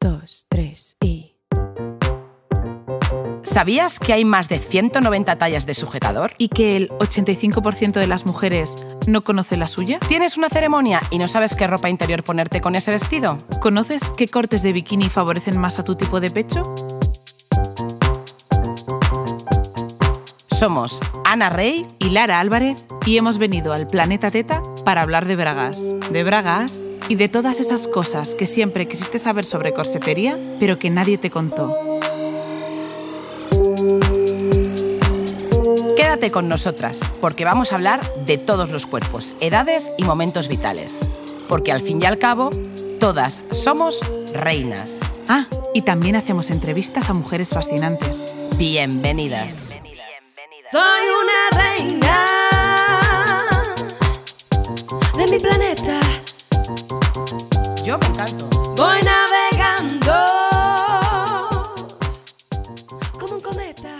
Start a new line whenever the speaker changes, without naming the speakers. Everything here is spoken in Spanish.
dos, tres y...
¿Sabías que hay más de 190 tallas de sujetador?
¿Y que el 85% de las mujeres no conoce la suya?
¿Tienes una ceremonia y no sabes qué ropa interior ponerte con ese vestido?
¿Conoces qué cortes de bikini favorecen más a tu tipo de pecho?
Somos Ana Rey
Y Lara Álvarez y hemos venido al planeta Teta para hablar de bragas. De bragas y de todas esas cosas que siempre quisiste saber sobre corsetería, pero que nadie te contó.
Quédate con nosotras, porque vamos a hablar de todos los cuerpos, edades y momentos vitales. Porque al fin y al cabo, todas somos reinas.
Ah, y también hacemos entrevistas a mujeres fascinantes.
Bienvenidas.
Soy una reina de mi planeta.
Yo me encanto.
Voy navegando como un cometa.